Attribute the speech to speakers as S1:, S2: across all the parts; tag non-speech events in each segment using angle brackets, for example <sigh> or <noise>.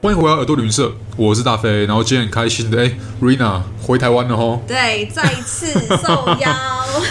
S1: 欢迎回来耳朵旅行社，我是大飞。然后今天很开心的，哎，Rina 回台湾了吼。
S2: 对，再一次受邀。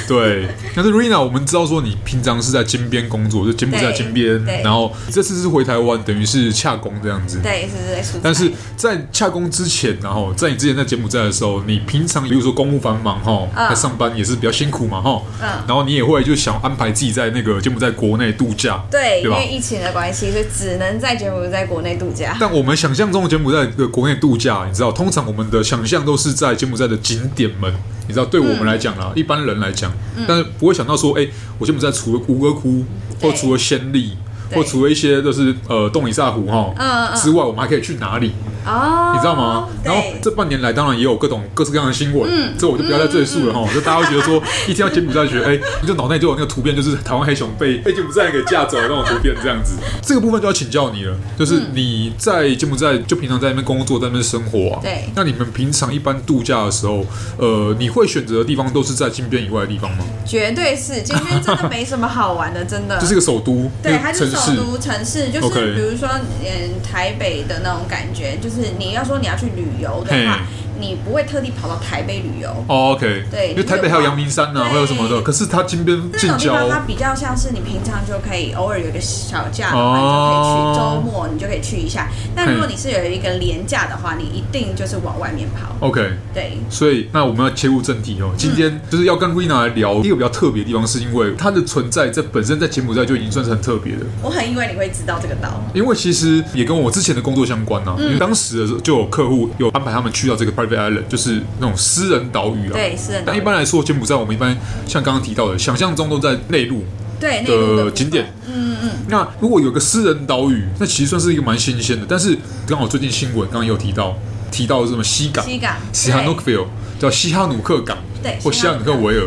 S1: 对，但是 Rina，我们知道说你平常是在金边工作，就柬埔寨
S2: 对
S1: 金边，
S2: 对
S1: 然后这次是回台湾，等于是洽工这样子。
S2: <laughs> 对，是在出差。
S1: 但是在洽工之前，然后在你之前在柬埔寨的时候，你平常比如说公务繁忙哈，
S2: 嗯
S1: 在上班也是比较辛苦嘛哈，
S2: 嗯
S1: 然后你也会就想安排自己在那个柬埔寨国内度假，
S2: 对，
S1: 对
S2: 因
S1: 吧
S2: 为？疫情的关系，所以只能在柬埔寨国内度假。
S1: 但我们想象中的柬埔寨的国内度假，你知道，通常我们的想象都是在柬埔寨的景点们，你知道，对我们来讲啦，
S2: 嗯
S1: 一般人来讲，但是不会想到说，哎、我柬埔寨除了吴哥窟，或
S2: 对
S1: 除了暹粒，
S2: 对
S1: 或除了一些就是呃洞里萨湖哈、
S2: 嗯嗯
S1: 之外，我们还可以去哪里？
S2: 哦，
S1: 你知道吗？然后
S2: 对，嗯
S1: 这半年来，当然也有各种各式各样的新闻，这我就不要再赘述了哈。就大家会觉得说， <laughs> 一听到柬埔寨，觉得哎，你这脑袋就有那个图片，就是台湾黑熊被被柬埔寨人给架走的那种图片，这样子。这个部分就要请教你了，就是你在柬埔寨就平常在那边工作，在那边生活啊。
S2: 对
S1: 那你们平常一般度假的时候，呃，你会选择的地方都是在金边以外的地方吗？
S2: 绝对是，今天真的没什么好玩的，真
S1: <laughs>
S2: 的。
S1: 这是一个首都，一
S2: 呃对，
S1: 个
S2: 它
S1: 城
S2: 是
S1: 市
S2: 首，都城市，就
S1: OK
S2: 是比如说，嗯，台北的那种感觉，就是你要说你要去旅游的
S1: 嘿
S2: 话，你不会特地跑到台北旅游，
S1: 哦，OK，
S2: 对
S1: 因为台北还有阳明山呐、啊，
S2: 对
S1: 还有什么的，可是它金边
S2: 那
S1: 近
S2: 种地
S1: 郊
S2: 方它比较像是你平常就可以偶尔有个小假的话，你就可以
S1: 哦
S2: 去，周末你就可以去一下。但如果
S1: 嘿
S2: 你是有一个廉价的话，你一定就是往外面跑。
S1: ，OK。
S2: 对，
S1: 所以，那我们要切入正题哦。
S2: 嗯
S1: 今天就是要跟 Rina 来聊一个比较特别的地方，是因为它的存在在本身在柬埔寨就已经算是很特别的。
S2: 我很意外你会知道这个岛。
S1: 因为其实也跟我之前的工作相关呐、
S2: 嗯
S1: 因为当时的时候就有客户有安排他们去到这个 private island，就是那种私人岛屿啊。
S2: 对，私人岛
S1: 但一般来说，柬埔寨我们一般像刚刚提到的，想象中都在内陆。
S2: 对内陆的部分
S1: 景点，
S2: 嗯嗯嗯，
S1: 那如果有个私人岛屿，那其实算是一个蛮新鲜的。但是刚好最近新闻刚刚也有提到，提到什么西港，
S2: 西港
S1: 西哈努克 l 叫西哈努克港，
S2: 对
S1: 或西哈努克维
S2: 嗯
S1: 尔。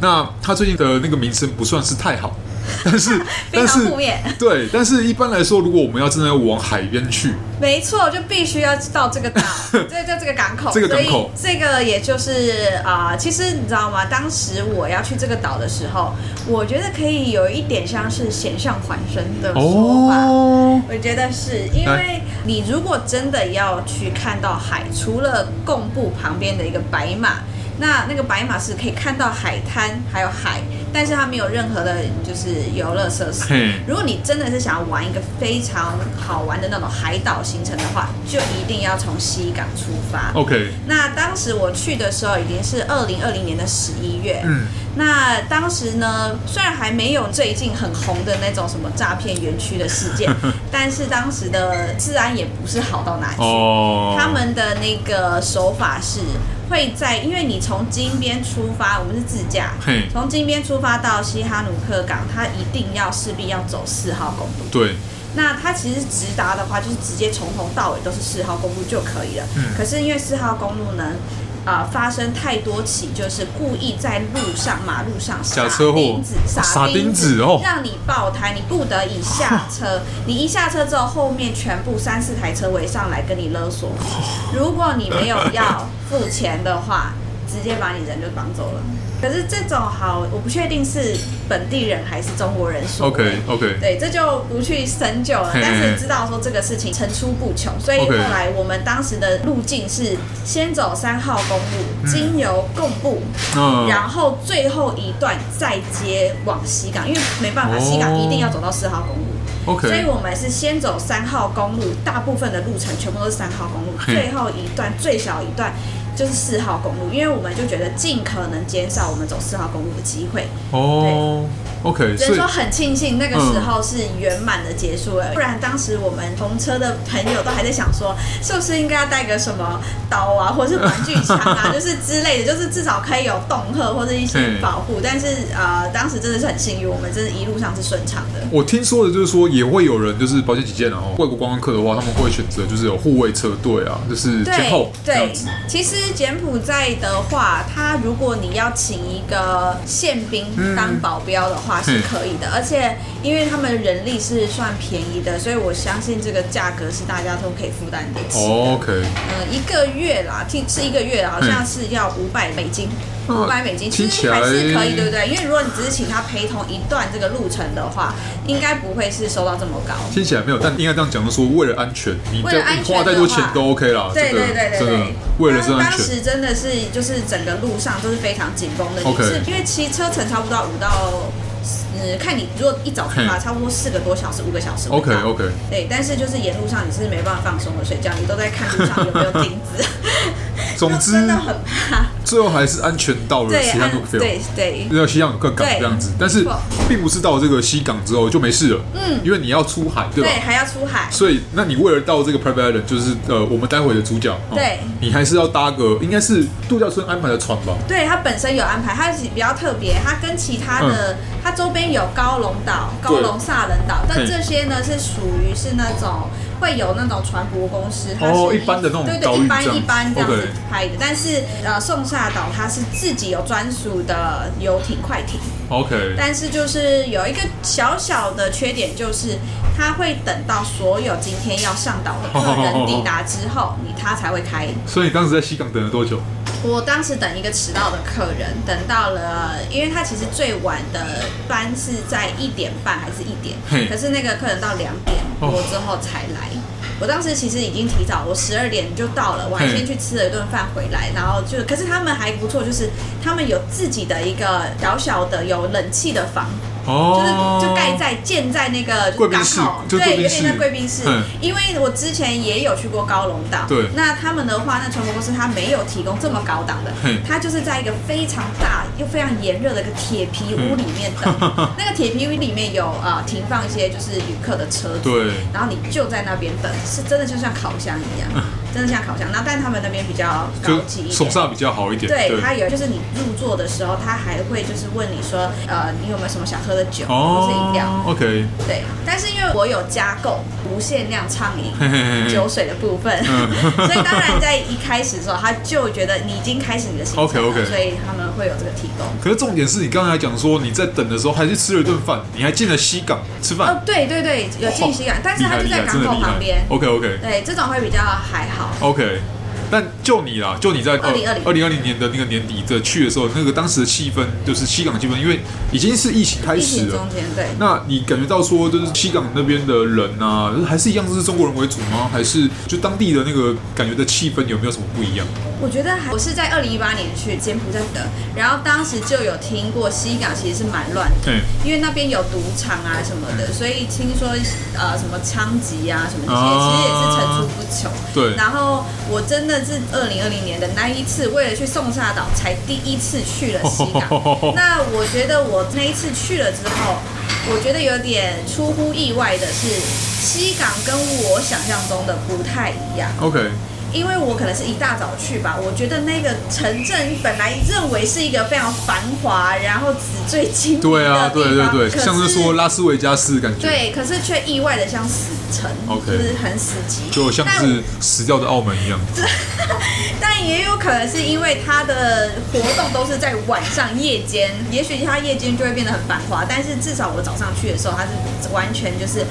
S1: 那它最近的那个名称不算是太
S2: <laughs>
S1: 好，但是
S2: 非
S1: 但
S2: 常
S1: 是
S2: 负面
S1: 对，但是一般来说，如果我们要真的要往海边去，
S2: 没错，就必须要到这个
S1: <laughs>
S2: 岛，对，在这个港口，
S1: 这个港口
S2: 所以这个也就是啊、呃其实你知道吗？当时我要去这个岛的时候，我觉得可以有一点像是险象环生的说法。
S1: 哦，
S2: 我觉得是因
S1: 来
S2: 为你如果真的要去看到海，除了贡布旁边的一个白马，那那个白马是可以看到海滩还有海，但是它没有任何的就是游乐设施
S1: 嘿。
S2: 如果你真的是想要玩一个非常好玩的那种海岛行程的话，就一定要从西港出发。
S1: ，OK，
S2: 那当时我去的时候已经是二零二零年的十一月，
S1: 嗯，
S2: 那当时呢，虽然还没有最近很红的那种什么诈骗园区的
S1: <laughs>
S2: 事件，但是当时的治安也不是好到哪去。
S1: 哦，
S2: 他们的那个手法是会在，因为你从金边出发，我们是自驾
S1: 嘿，
S2: 从金边出发到西哈努克港，它一定要势必要走四号公路。
S1: 对，
S2: 那它其实直达的话，就是直接从头到尾都是四号公路就可以了。
S1: 嗯
S2: 可是因为四号公路呢，啊、发生太多起就是故意在路上、马路上
S1: 假
S2: 撒
S1: 车祸
S2: 钉子、
S1: 撒
S2: 撒
S1: 钉
S2: 钉
S1: 子哦
S2: 让你爆胎，你不得已下车。你一下车之后，后面全部三四台车围上来跟你勒索。如果你没有要付钱的话，直接把你人就绑走了。可是这种好，我不确定是本地人还是中国人说的。
S1: ，OK OK，
S2: 对，这就不去深究了
S1: 嘿，
S2: 但是知道说这个事情层出不穷，所以
S1: OK
S2: 后来我们当时的路径是先走三号公路，经由贡布，
S1: 嗯
S2: 然后最后一段再接往西港，因为没办法，
S1: 哦
S2: 西港一定要走到四号公路。所以
S1: ，OK，
S2: 我们是先走三号公路，大部分的路程全部都是三号公路，
S1: 嘿
S2: 最后一段最小一段就是四号公路，因为我们就觉得尽可能减少我们走四号公路的机会。
S1: 哦，OK，
S2: 只
S1: 所
S2: 能
S1: 以嗯
S2: 说很庆幸那个时候是圆满的结束了，不然当时我们同车的朋友都还在想说，是不是应该要带个什么刀啊，或者是玩具枪
S1: <laughs>
S2: 啊，就是之类的，就是至少可以有恫吓或者一些
S1: 嗯
S2: 保护。但是呃，当时真的是很幸运，我们真的一路上是顺畅的。
S1: 我听说的就是说，也会有人就是保险起见啊，哦外国观光客的话，他们会选择就是有护卫车队啊，就是前后这样
S2: 对
S1: 子。，
S2: 其实柬埔
S1: 嗯
S2: 寨的话，它如果你要请一个宪兵当保镖的话，话是可以的，而且因为他们人力是算便宜的，所以我相信这个价格是大家都可以负担得起
S1: 哦
S2: 的。
S1: OK，
S2: 呃，一个月啦，听是一个月啦，好像是要五百美金，
S1: 嗯
S2: 五百美金
S1: 听
S2: 其
S1: 起
S2: 实
S1: 来
S2: 还是可以，对不对？因为如果你只是请他陪同一段这个路程的话，应该不会是收到这么高。
S1: 听起来没有，但应该这样讲，就说为了安全，你
S2: 为了安
S1: 再
S2: 全
S1: 你
S2: 的
S1: 花
S2: 话
S1: 再多钱都 OK 啦。
S2: 对对对
S1: 真
S2: 对
S1: 的真
S2: 对
S1: 的，为了
S2: 当
S1: 是安
S2: 当
S1: 全，
S2: 时真的是就是整个路上都是非常紧绷的，
S1: OK
S2: 就是因为骑车程差不多到五到，呃，看你如果一早出发，
S1: 嘿
S2: 差不多四个多小时、五个小时会到。
S1: OK，OK
S2: 对，啊但是就是沿路上你是没办法放松的睡觉，你都在看路上有没有钉子。
S1: <laughs> 总
S2: <laughs> 就
S1: 之
S2: 真的很怕。
S1: 最后还是安全到了
S2: 对，
S1: 西安
S2: 安
S1: 路哦 f
S2: 对对
S1: 要西港更港
S2: 对
S1: 这样子，但是
S2: 没错
S1: 并不是到这个西港之后就没事了，嗯，因为你要出海，对
S2: 对，
S1: 吧？
S2: 还要出海。
S1: 所以，那你为了到这个 Private Island，就是呃，我们待会的主角，哦
S2: 对
S1: 你还是要搭个应该是度假村安排的船吧？
S2: 对，它本身有安排，它比较特别，它跟其他
S1: 嗯
S2: 的，它周边有高龙岛、高龙萨人岛，但
S1: 嘿
S2: 这些呢是属于是那种会有那种船舶公司，它
S1: 哦
S2: 是
S1: 一般的那种
S2: 对
S1: 岛
S2: 对，
S1: 屿
S2: 一
S1: 这样
S2: 般一般这样子
S1: OK
S2: 拍的。但是呃，宋萨岛它是自己有专属的游艇、快艇，
S1: OK，
S2: 但是就是有一个小小的缺点，就是它会等到所有今天要上岛的客人抵达之后，你它才会开。
S1: 所以你当时在西港等了多久？
S2: 我当时等一个迟到的客人，等到了，因为他其实最晚的班是在一点半还是一点
S1: 嘿，
S2: 可是那个客人到两点多之后才来。我当时其实已经提早，我十二点就到了，我还
S1: 嘿
S2: 先去吃了一顿饭回来，然后就，可是他们还不错，就是他们有自己的一个小小的有冷气的房，就是就盖在建在那个
S1: 哦贵宾
S2: 就是港
S1: 室
S2: 口，
S1: 就是
S2: 对，
S1: 贵宾
S2: 有点
S1: 室
S2: 像贵宾室
S1: 嗯。
S2: 因为我之前也有去过高龙岛，
S1: 对
S2: 那他们的话，那船舶公司它没有提供这么高档的
S1: 嘿，
S2: 它就是在一个非常大又非常炎热的一个铁皮屋里面等。
S1: 嗯
S2: <laughs> 那个铁皮屋里面有啊、呃停放一些就是旅客的车子，
S1: 对
S2: 然后你就在那边等，是真的就像烤箱一样，真的像烤箱。那但他们那边比较高级一
S1: 嗯就
S2: 点，
S1: 手上比较好一点，
S2: 对，他有就是你入座的时候，他还会就是问你说，呃，你有没有什么想喝的酒、或是饮料？
S1: 哦，OK，
S2: 对，但是因为我有加购无限量畅饮
S1: 嘿嘿嘿
S2: 酒水的部分，
S1: 嗯
S2: <laughs> 所以当然在一开始的时候，他就觉得你已经开始你的行程了
S1: OK，OK
S2: 所以他们会有这个提供。
S1: 可是重点是你刚才讲说你在等的时候还是吃了一顿饭，你还进了西港吃饭，
S2: 哦，对对对，有进行啊感，但是他就在港口旁边。
S1: OK OK
S2: 对，这种会比较还好。
S1: OK，但就你啦，就你在呃
S2: 2020
S1: 二零二零年的那个年底的去的时候，那个当时的气氛就是西港气氛，因为已经是疫情开
S2: 疫
S1: 始
S2: 情
S1: 了
S2: 中。间，对，
S1: 那你感觉到说，就是西港那边的人啊，还是一样是中国人为主吗？还是就当地的那个感觉的气氛有没有什么不一样？
S2: 我觉得还我是在二零一八年去柬埔寨的，然后当时就有听过西港其实是蛮乱的，
S1: 对，
S2: 因为那边有赌场啊什么的，所以听说呃什么枪击啊什么这些，
S1: 啊
S2: 其实也是层出不穷。
S1: 对。
S2: 然后我真的是二零二零年的那一次，为了去宋沙岛，才第一次去了西港
S1: <laughs>
S2: 那我觉得我那一次去了之后，我觉得有点出乎意外的是，西港跟我想象中的不太一样。
S1: OK，
S2: 因为我可能是一大早去吧，我觉得那个城镇本来认为是一个非常繁华，然后纸醉金迷的地方，
S1: 对啊，对对对，
S2: 可是
S1: 像是说拉斯维加斯的感觉，
S2: 对，可是却意外的像死城
S1: OK
S2: 就是很死寂，
S1: 就像是死掉的澳门一样。
S2: 但，但也有可能是因为它的活动都是在晚上夜间，也许它夜间就会变得很繁华，但是至少我早上去的时候，它是完全就是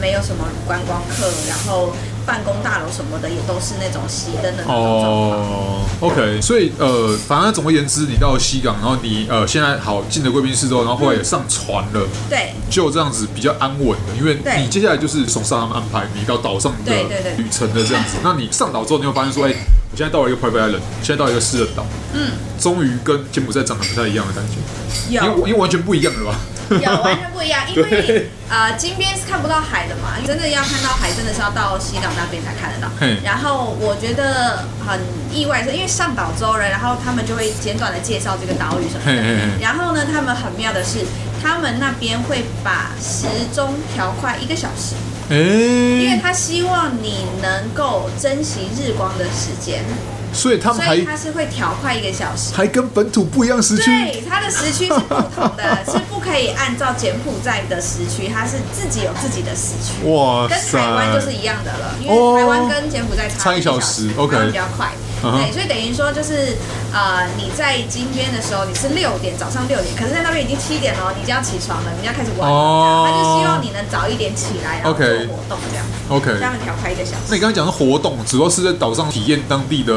S2: 没有什么观光客，然后办公大楼什么的也都是那种熄灯的那种状况。
S1: 哦，OK，所以呃，反正总而言之，你到西港，然后你呃现在好进了贵宾室之后，然后
S2: 嗯
S1: 后来也上船了，
S2: 对，
S1: 就这样子比较安稳的，因为
S2: 对
S1: 你接下来就是从上他们安排你到岛上的
S2: 对对对
S1: 旅程的这样子。那你上岛之后，你会发现说，哎、我现在到了一个 private island，现在到了一个私人岛，嗯，终于跟柬埔寨长得不太一样的感觉，
S2: 有
S1: 因为因为完全不一样了吧？ <laughs>
S2: 有完全不一样，因
S1: 对
S2: 为呃金边是看不到海的嘛，真的要看到海，真的是要到西港那边才看得到
S1: 嘿。
S2: 然后我觉得很意外的是，因为上岛之后呢，然后他们就会简短的介绍这个岛屿什么
S1: 嘿嘿
S2: 的。
S1: 嘿，
S2: 然后呢，他们很妙的是，他们那边会把时钟调快一个小时，
S1: 哎、
S2: 因为他希望你能够珍惜日光的时间，
S1: 所以他们
S2: 所以
S1: 嗯还
S2: 他是会调快一个小时。
S1: 还跟本土不一样时区，
S2: 对，它的时区是不同的，是不可以按照柬埔寨的时区，它是自己有自己的时区，
S1: 哇
S2: 跟台湾就是一样的了，因为台湾跟柬埔寨差
S1: 差一
S2: 一
S1: 小
S2: 小
S1: 时
S2: 时
S1: ，OK
S2: 台湾比较快。
S1: 嗯哼
S2: 对，所以等于说就是呃，你在金边的时候你是六点早上六点，可是在那边已经七点了，你就要起床了，你就要开始玩了，
S1: 哦
S2: 他就希望你能早一点起来，然后做
S1: OK
S2: 活动这样，
S1: OK，
S2: 所以他们调开一个小
S1: 那
S2: 时
S1: 你。刚才讲的活动，主要是在岛上体验当地的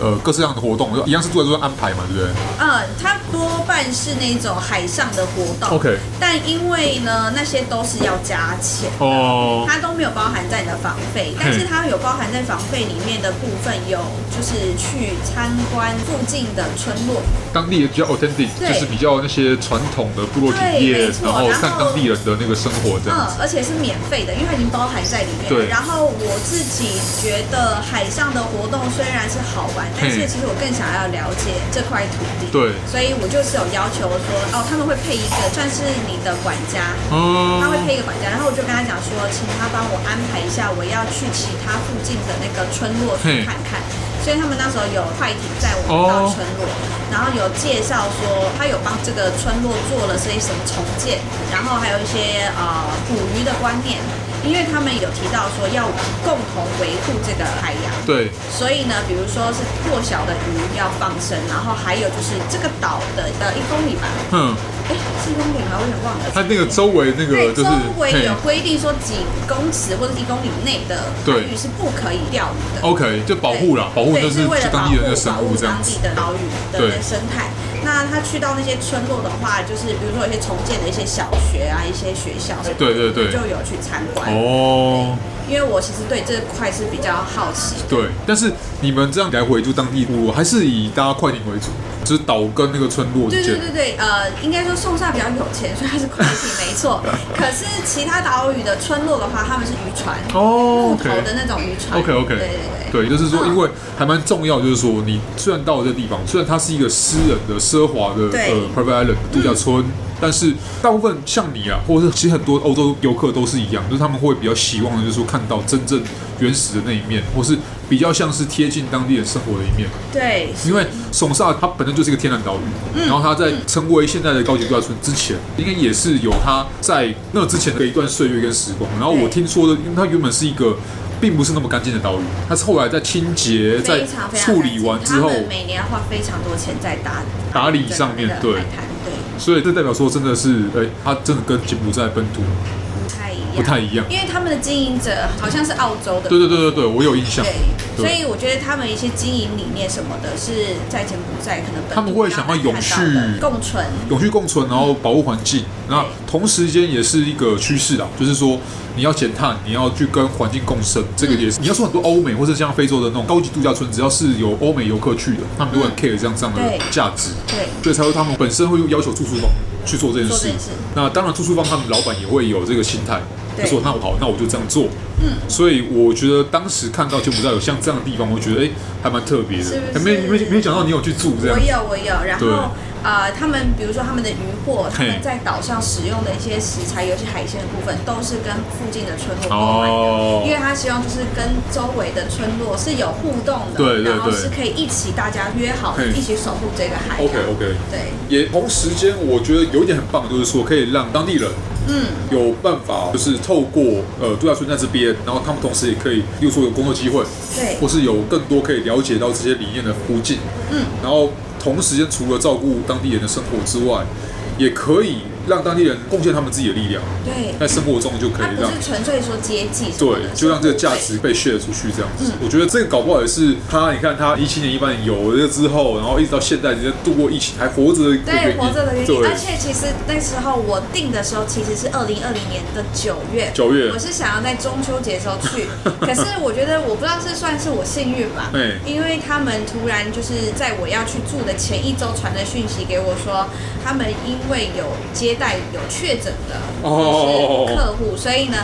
S1: 呃各式各样的活动，一样是住在这边安排嘛，对不对？
S2: 嗯，它多半是那种海上的活动
S1: OK
S2: 但因为呢，那些都是要加钱。
S1: 哦，
S2: 它都没有包含在你的房费，但是它有包含在房费里面的部分有，就是去参观附近的村落，
S1: 当地也比较 authentic，
S2: 对
S1: 就是比较那些传统的部落体
S2: 对
S1: 验
S2: 没，错
S1: 然后
S2: 然后
S1: 看当地人的那个生活这样
S2: 嗯
S1: 子。，
S2: 而且是免费的，因为它已经包含在里面了。
S1: 对
S2: 然后我自己觉得海上的活动虽然是好玩，但是
S1: 嘿
S2: 其实我更想要了解这块土地。
S1: 对
S2: 所以我就是有要求说，哦，他们会配一个算是你的管家，嗯他会
S1: 哦，
S2: 配一个管家，然后我就跟他讲说，请他帮我安排一下，我要去其他附近的那个村落去
S1: 嘿
S2: 看看。所以他们那时候有快艇载我们到村落，
S1: 哦
S2: 然后有介绍说他有帮这个村落做了些什么重建，然后还有一些呃捕鱼的观念，因为他们有提到说要共同维护这个海洋。
S1: 对，
S2: 所以呢，比如说是过小的鱼要放生，然后还有就是这个岛的呃一公里吧，
S1: 嗯，
S2: 哎、是一公里吗？我有点忘了。
S1: 它那个周围那
S2: 对，
S1: 个就是
S2: 周围
S1: 嘿
S2: 有规定说几公尺或者一公里内的海
S1: 对
S2: 域是不可以钓鱼的。
S1: OK，就保护啦，
S2: 对
S1: 保护
S2: 对
S1: 就是
S2: 是为了
S1: 当地人的生
S2: 保
S1: 物
S2: 护
S1: 这样
S2: 当
S1: 子
S2: 地。的岛屿的
S1: 对
S2: 生态。那他去到那些村落的话，就是比如说有些重建的一些小学啊，一些学校什么的，
S1: 对对对
S2: 就有去参观。
S1: 哦，
S2: 因为我其实对这块是比较好奇的。
S1: 对，但是你们这样来回就当地部落，还是以搭快艇为主，就是岛跟那个村落之
S2: 对对
S1: 间。
S2: 对对，呃，应该说宋萨比较有钱，所以他是快艇没错。可是其他岛屿的村落的话，他们是渔船，
S1: 哦
S2: 木
S1: ，OK
S2: 头的那种渔船。
S1: OK OK，
S2: 对对对。
S1: 对，就是说，
S2: 嗯
S1: 因为还蛮重要，就是说，你虽然到了这地方，虽然它是一个私人的奢华的
S2: 对嗯
S1: 呃 private island 度假村，但是大部分像你啊，或者是其实很多欧洲游客都是一样，就是他们会比较希望的就是说看到真正原始的那一面，或是比较像是贴近当地人生活的一面。
S2: 对，
S1: 因为耸萨它本身就是一个天然岛屿，
S2: 嗯
S1: 然后它在成为现在的高级度假村之前，应该也是有它在那之前的一段岁月跟时光。然后我
S2: 对
S1: 听说的，因为它原本是一个。并不是那么干净的岛屿，它是后来在清洁、在
S2: 非常非常
S1: 处理完之后
S2: 他，们每年花非常多钱在打
S1: 打理上面
S2: 那个
S1: 对
S2: 海滩对，
S1: 所以这代表说真的是，哎、它真的跟柬埔寨本土
S2: 不太一样，
S1: 不太一样。
S2: 因为他们的经营者好像是澳洲的，
S1: 对对对对对，我有印象。
S2: 对，所
S1: 对
S2: 以我觉得他们一些经营理念什么的，是在柬埔寨可能本地
S1: 他们会想要永续
S2: 比较难看到的共存，
S1: 永续共存，然后保护环境，那同时间也是一个趋势啊，就是说你要减碳，你要去跟环境共生，这个也
S2: 嗯
S1: 是。你要说很多欧美或者像非洲的那种高级度假村，只要是有欧美游客去的，他们都很 care 这样这样的
S2: 对
S1: 价值，
S2: 对。
S1: 所以才会他们本身会要求住宿方去做这件
S2: 做这
S1: 事
S2: 件事。
S1: 那当然，住宿方他们老板也会有这个心态，
S2: 对
S1: 就说那我好，那我就这样做。嗯，所以我觉得当时看到柬埔寨有像这样的地方，我觉得哎、还蛮特别的，
S2: 是不
S1: 哎没
S2: 是
S1: 没没有想到你有去住这样
S2: 我。有，我有。然
S1: 对
S2: 后呃，他们比如说他们的渔获，他们
S1: 嘿
S2: 在岛上使用的一些食材，尤其海鲜的部分，都是跟附近的村落购买的。
S1: 哦
S2: 因为他希望就是跟周围的村落是有互动的，
S1: 对对
S2: 然后
S1: 对
S2: 是可以一起大家约好
S1: 嘿
S2: 一起守护这个海洋。
S1: ，OK OK。
S2: 对，
S1: 也同时间，我觉得有一点很棒，就是说可以让当地人，嗯，有办法，就是透过呃度假村在这边，然后他们同时也可以，例如说有工作机会，
S2: 对
S1: 或是有更多可以了解到这些理念的途径，嗯，然后同时间除了照顾当地人的生活之外，也可以让当地人贡献他们自己的力量，
S2: 对，
S1: 在生活中就啊可
S2: 它
S1: 以
S2: 不
S1: 让
S2: 是纯粹说接济什么的，
S1: 对，就让这个价值被 share 出去这样
S2: 嗯
S1: 子。我觉得这个搞不好也是他，你看他一七年一八年有了之后，然后一直到现在，直接度过疫情还活着的一个原
S2: 对
S1: 因，
S2: 活着的原因。
S1: 对
S2: 而且其实那时候我定的时候，其实是二零二零年的九月。
S1: 九月
S2: 我是想要在中秋节的时候去，
S1: <laughs>
S2: 可是我觉得我不知道是算是我幸运吧
S1: 哎，
S2: 因为他们突然就是在我要去住的前一周传的讯息给我说，他们因为有接待有确诊的
S1: 哦
S2: 就是客户，所以呢。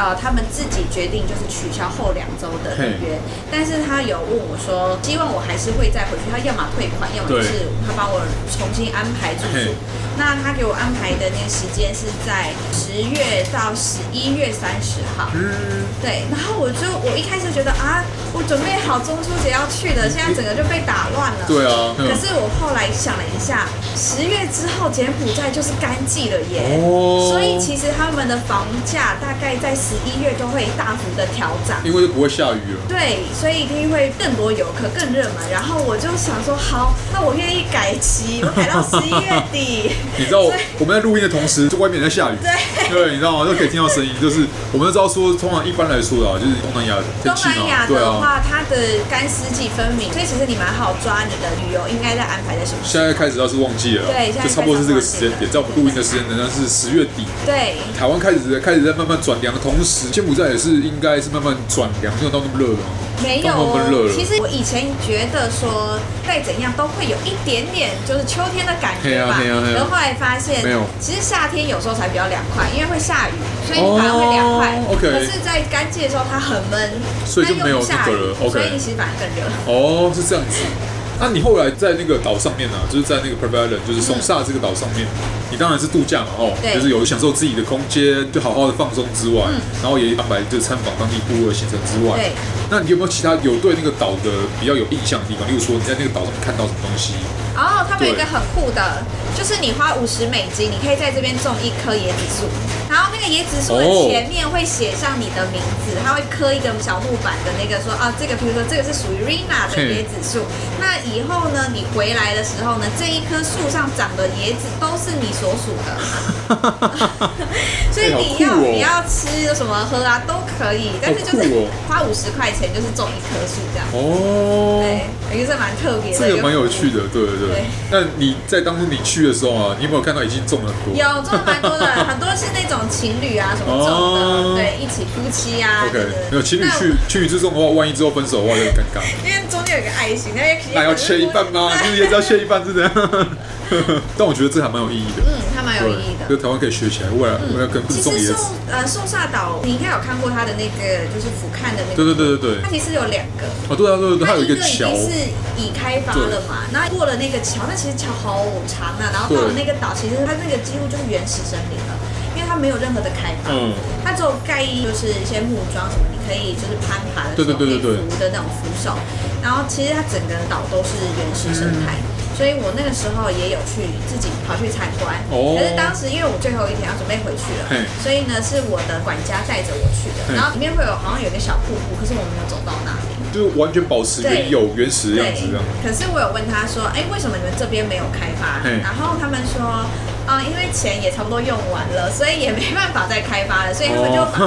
S2: 呃，他们自己决定就是取消后两周的
S1: 嘿
S2: 预约，但是他有问我说，希望我还是会再回去，他要么退款，要么就
S1: 对
S2: 是他帮我重新安排住宿
S1: 嘿。
S2: 那他给我安排的那个时间是在十月到十一月三十号。
S1: 嗯
S2: 对，然后我就我一开始觉得啊，我准备好中秋节要去的，现在整个就被打乱了。
S1: 嗯对啊嗯
S2: 可是我后来想了一下，十月之后柬埔寨就是干季了耶。
S1: 哦
S2: 所以其实他们的房价大概在十十一月就会大幅的调涨。
S1: 因为就不会下雨了。
S2: 对，所以一定会更多游客，更热门。然后我就想说，好，那我愿意改期，我改到十一月底。
S1: <laughs> 你知道我
S2: 所以
S1: 我们在录音的同时，就外面也在下雨。
S2: 对
S1: 对，你知道吗？就可以听到声音，就是我们都知道说，通常一般来说啦，就是东南亚
S2: 东
S1: 天气
S2: 南
S1: 嘛，
S2: 亚
S1: 对
S2: 的
S1: 啊。
S2: 话，它的干湿季分明，所以其实你蛮好抓你的旅游应该在安排在什么时候。
S1: 现在开始要是旺季了啦，
S2: 对现在
S1: 就差不多是这个时间点，在我们录音的时间仍然是十月底。
S2: 对，
S1: 台湾开始开始在慢慢转凉，同时柬埔寨也是应该是慢慢转凉，没有到那么热了。
S2: 没有
S1: 慢慢热
S2: 哦。
S1: 了
S2: 其实我以前觉得说，再怎样都会有一点点就是秋天的感觉吧。
S1: 嘿啊嘿啊嘿啊
S2: 然后后来发现，
S1: 没有
S2: 其实夏天有时候才比较凉快，因为会下雨，所以你反而会凉快。
S1: 哦，OK
S2: 可是，在干季的时候它很闷，
S1: 所以就
S2: 但又
S1: 没有
S2: 不下
S1: 这个
S2: 雨
S1: 了，OK
S2: 所以你其实反而更热。
S1: 哦，是这样子。那你后来在那个岛上面啊，就是在那个 p e r p e Island，就是松萨这个岛上面，你当然是度假嘛，哦，
S2: 嗯对嗯
S1: 就是有享受自己的空间，就好好的放松之外，然后也安排就是参访当地部落的行程之外
S2: 对，
S1: 那你有没有其他有对那个岛的比较有印象的地方？例如说你在那个岛上看到什么东
S2: <laughs>
S1: 西？
S2: 然后他们有一个
S1: 对
S2: 很酷的，就是你花五十美金，你可以在这边种一棵椰子树，然后那个椰子树的
S1: 哦
S2: 前面会写上你的名字，它会刻一个小木板的那个说啊，这个比如说这个是属于 Rina 的
S1: 嘿
S2: 椰子树，那以后呢，你回来的时候呢，这一棵树上长的椰子都是你所属的，所以你要、
S1: 好酷哦
S2: 你要吃什么喝啊都可以，但是就是
S1: 酷哦
S2: 花五十块钱就是种一棵树这样，
S1: 哦
S2: 对，，也是蛮特别的，
S1: 这个蛮有趣。的，对对对
S2: 对。
S1: 那你在当初你去的时候啊，你有没有看到已经中了很多？
S2: 有啊这种蛮多
S1: <laughs>
S2: 的，很多是那种情侣啊什么这种的，
S1: 哦
S2: 对，一起夫妻啊。
S1: OK，
S2: 对对对
S1: 没有情侣
S2: 那
S1: 去去之中的话，万一之后分手的话就很尴尬。
S2: <laughs> 因为中间有个爱心，那也
S1: 那要切一半
S2: <laughs>
S1: 吗？就是也只要切一半，是这样。 <laughs> 但我觉得这还蛮有意义的，
S2: 嗯，它蛮有意义
S1: 对
S2: 的。嗯
S1: 就台湾可以学起来，未来我们要跟不
S2: 其
S1: 是种
S2: 实
S1: 椰
S2: 宋
S1: 子。
S2: 呃宋煞岛，你应该有看过它的那个就是俯瞰的那个，
S1: 对对对对对
S2: 它其实有两个，
S1: 哦，对啊，对对对，它有一个
S2: 已
S1: 桥
S2: 经，是已开发了嘛，那过了那个桥，那其实桥好长啊，然后到了那
S1: 对
S2: 个岛，其实它那个几乎就是原始森林了，因为它没有任何的开发，
S1: 嗯
S2: 它只有盖一就是一些木桩什么，你可以就是攀爬的时
S1: 对
S2: 候可
S1: 对对
S2: 以
S1: 对对
S2: 扶的那种扶手，然后其实它整个岛都是原始生态。
S1: 嗯
S2: 所以我那个时候也有去自己跑去参观，
S1: 哦
S2: 可是当时因为我最后一天要准备回去了
S1: 嘿，
S2: 所以呢是我的管家带着我去的，
S1: 嘿
S2: 然后里面会有好像有一个小瀑布，可是我没有走到那里。
S1: 就是完全保持原有原始的样子这样。
S2: 可是我有问他说，哎、为什么你们这边没有开发
S1: 嘿？
S2: 然后他们说，啊、因为钱也差不多用完了，所以也没办法再开发了，所以他们就
S1: 哦
S2: 把它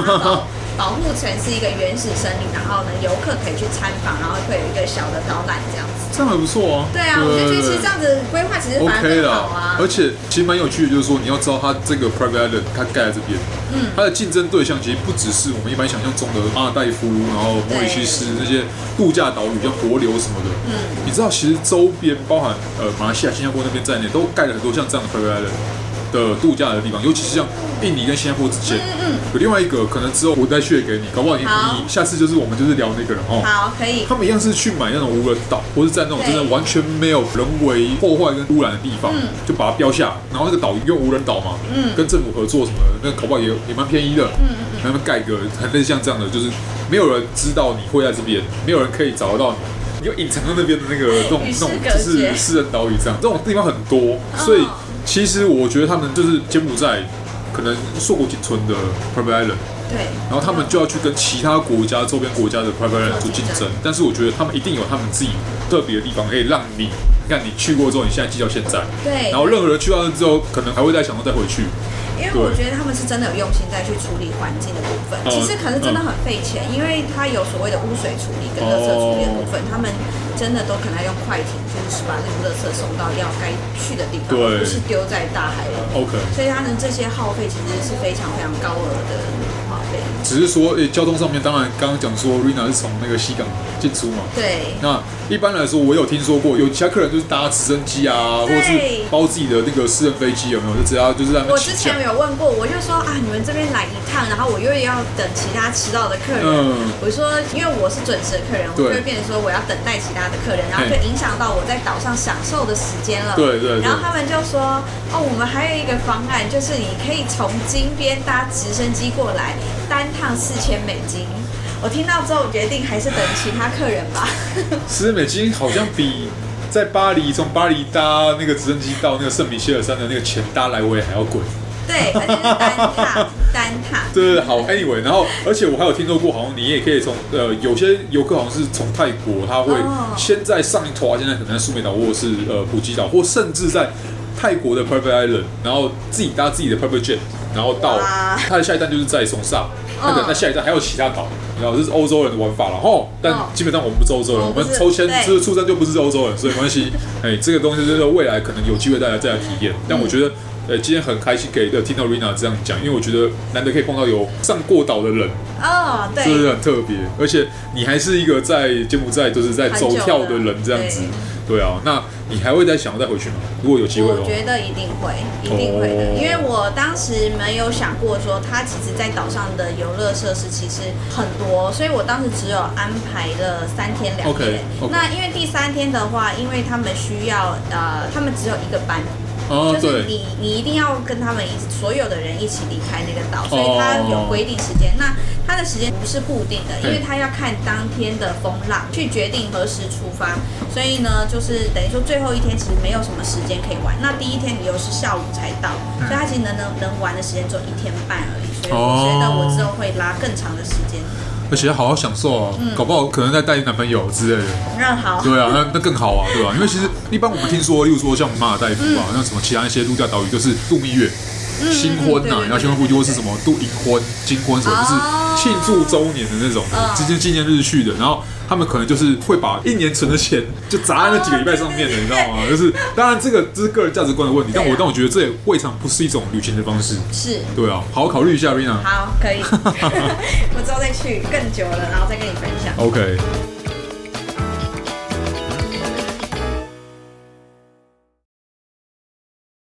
S2: 保 <laughs> 保护成是一个原始森林，然后呢，游客可以去参访，然后会有一个小的导览这样子。
S1: 这样还不错啊。
S2: 对啊，我就觉得其实这样子规划其实反而
S1: OK
S2: 更好
S1: 啦
S2: 啊，。
S1: 而且其实蛮有趣的，就是说你要知道它这个 private island 它盖在这边，嗯，它的竞争对象其实不只是我们一般想象中的阿尔代夫，然后摩里西斯那些度假岛屿，像帛琉什么的，嗯，你知道其实周边包含呃马来西亚、新加坡那边在内，都盖了很多像这样的 private island 的度假的地方，尤其是像印尼跟新加坡之间，嗯有另外一个可能之后我再去给你，搞不好你
S2: 好
S1: 你下次就是我们就是聊那个了哦。
S2: 好，可以
S1: 他。们一样是去买那种无人岛，或是在那种真的
S2: 对
S1: 完全没有人为破坏跟污染的地方，
S2: 嗯
S1: 就把它标下来。然后那个岛用无人岛嘛，跟政府合作什么的，那搞不好也也蛮便宜的，嗯嗯，他们盖个很类似像这样的，就是没有人知道你会在这边，没有人可以找得到你。你就隐藏在那边的那个那种
S2: 与
S1: 那
S2: 世
S1: 种
S2: 隔
S1: 就
S2: 绝哦
S1: 是私人岛屿这样，这种地方很多，所以其实我觉得他们就是柬埔寨可能硕果仅存的 private island，
S2: 对。
S1: 然后他们就要去跟其他国家、周边国家的 private island 做竞争，但是我觉得他们一定有他们自己特别的地方，可以让你，你看你去过之后，你现在记到现在，
S2: 对
S1: 然后任何人去到那之后，可能还会再想要再回去，
S2: 因为我觉得他们是真的有用心在去处理环境的部分，
S1: 嗯
S2: 其实可是真的很费钱，因为它有所谓的污水处理跟垃圾处理的部分，他们真的都可能要用快艇，就是把这个垃圾送到要该去的地方，
S1: 对
S2: 不是丢在大海里。
S1: OK
S2: 所以它们这些耗费其实是非常非常高额的花费。
S1: 只是说，诶，交通上面，当然刚刚讲说 Rina 是从那个西港进出嘛。
S2: 对，
S1: 那一般来说，我有听说过有其他客人就是搭直升机啊，或者
S2: 对
S1: 是包自己的那个私人飞机，有没有？就只要就是在那边
S2: 我
S1: 起
S2: 之
S1: 降
S2: 前有问过，我就说啊，你们这边来一趟，然后我又要等其他迟到的客人。
S1: 嗯
S2: 我说，因为我是准时的客人，我就
S1: 对
S2: 会变成说我要等待其他的客人，然后就
S1: 嘿
S2: 影响到我在岛上享受的时间了。
S1: 对对对
S2: 然后他们就说，哦，我们还有一个方案，就是你可以从金边搭直升机过来，单趟四千美金。我听到之后，我决定还是等其他客人吧。 <laughs>
S1: 十美金好像比在巴黎从巴黎搭那个直升机到那个圣米歇尔山的那个钱搭来回还要贵。
S2: 对，而且是单趟。单塔，
S1: <laughs> 对对对，好，anyway，然后而且我还有听说过，好像你也可以从呃，有些游客好像是从泰国，他会
S2: 哦
S1: 先在上一头啊，现在可能在苏梅岛或者是呃普吉岛，或甚至在泰国的 Private Island，然后自己搭自己的 Private Jet，然后到
S2: 哇
S1: 他的下一站就是在松萨，那
S2: 嗯
S1: 可能在下一站还有其他岛。然后这是欧洲人的玩法了吼，但
S2: 哦
S1: 基本上我们不是欧洲人，
S2: 哦
S1: 我
S2: 不
S1: 们
S2: 是
S1: 抽签
S2: 对
S1: 就是出生就不是欧洲人，所以没关
S2: <laughs>
S1: 系。哎，这个东西就是未来可能有机会大家再来体验。但
S2: 嗯
S1: 我觉得，呃，今天很开心给呃听到 Rina 这样讲，因为我觉得难得可以碰到有上过岛的人，
S2: 哦，对，
S1: 真的很特别。而且你还是一个在柬埔寨就是在走跳的人这样子
S2: 很久了，
S1: 对啊。那你还会再想要再回去吗？如果有机会的
S2: 我
S1: 话，
S2: 觉得一定会，一定会的，
S1: 哦
S2: 因为我当时没有想过说，它其实在岛上的游乐设施其实很多，所以我当时只有安排了三天两夜。
S1: OK，OK
S2: 那因为第三天的话，因为他们需要呃，他们只有一个班。
S1: 哦，
S2: 就是
S1: 对，
S2: 你，你一定要跟他们一起，所有的人一起离开那个岛，所
S1: 哦
S2: 以它有规定时间。那它的时间不是固定的，
S1: 对
S2: 因为它要看当天的风浪去决定何时出发。所以呢，就是等于说最后一天其实没有什么时间可以玩。那第一天你又是下午才到，所以它其实能能能玩的时间只有一天半而已。所以我觉得
S1: 哦
S2: 我之后会拉更长的时间。
S1: 而且要好好享受啊，
S2: 嗯
S1: 搞不好可能再带男朋友之类的。
S2: 那 <laughs> 好，
S1: 对啊，那那更好啊，对吧、因为其实一般我们听说，例如说像马尔代夫啊，
S2: 嗯
S1: 那什么其他一些度假岛屿，就是度蜜月、新婚
S2: 对
S1: 呐、啊，
S2: 嗯对对
S1: 然后新婚夫妻或是什么度银婚、金婚什么，
S2: 哦
S1: 就是庆祝周年的那种
S2: 嗯，
S1: 之间纪念日去的，然后。他们可能就是会把一年存的钱就砸在那几个礼拜上面的，你知道吗？就是当然这个这是个人价值观的问题，但我
S2: 对啊
S1: 但我觉得这也未尝不是一种旅行的方式。
S2: 是。
S1: 对啊，好好考虑一下，Rina。 <laughs>
S2: <laughs> 好，可以。我之后再去更久了，然后再跟你分享。
S1: OK。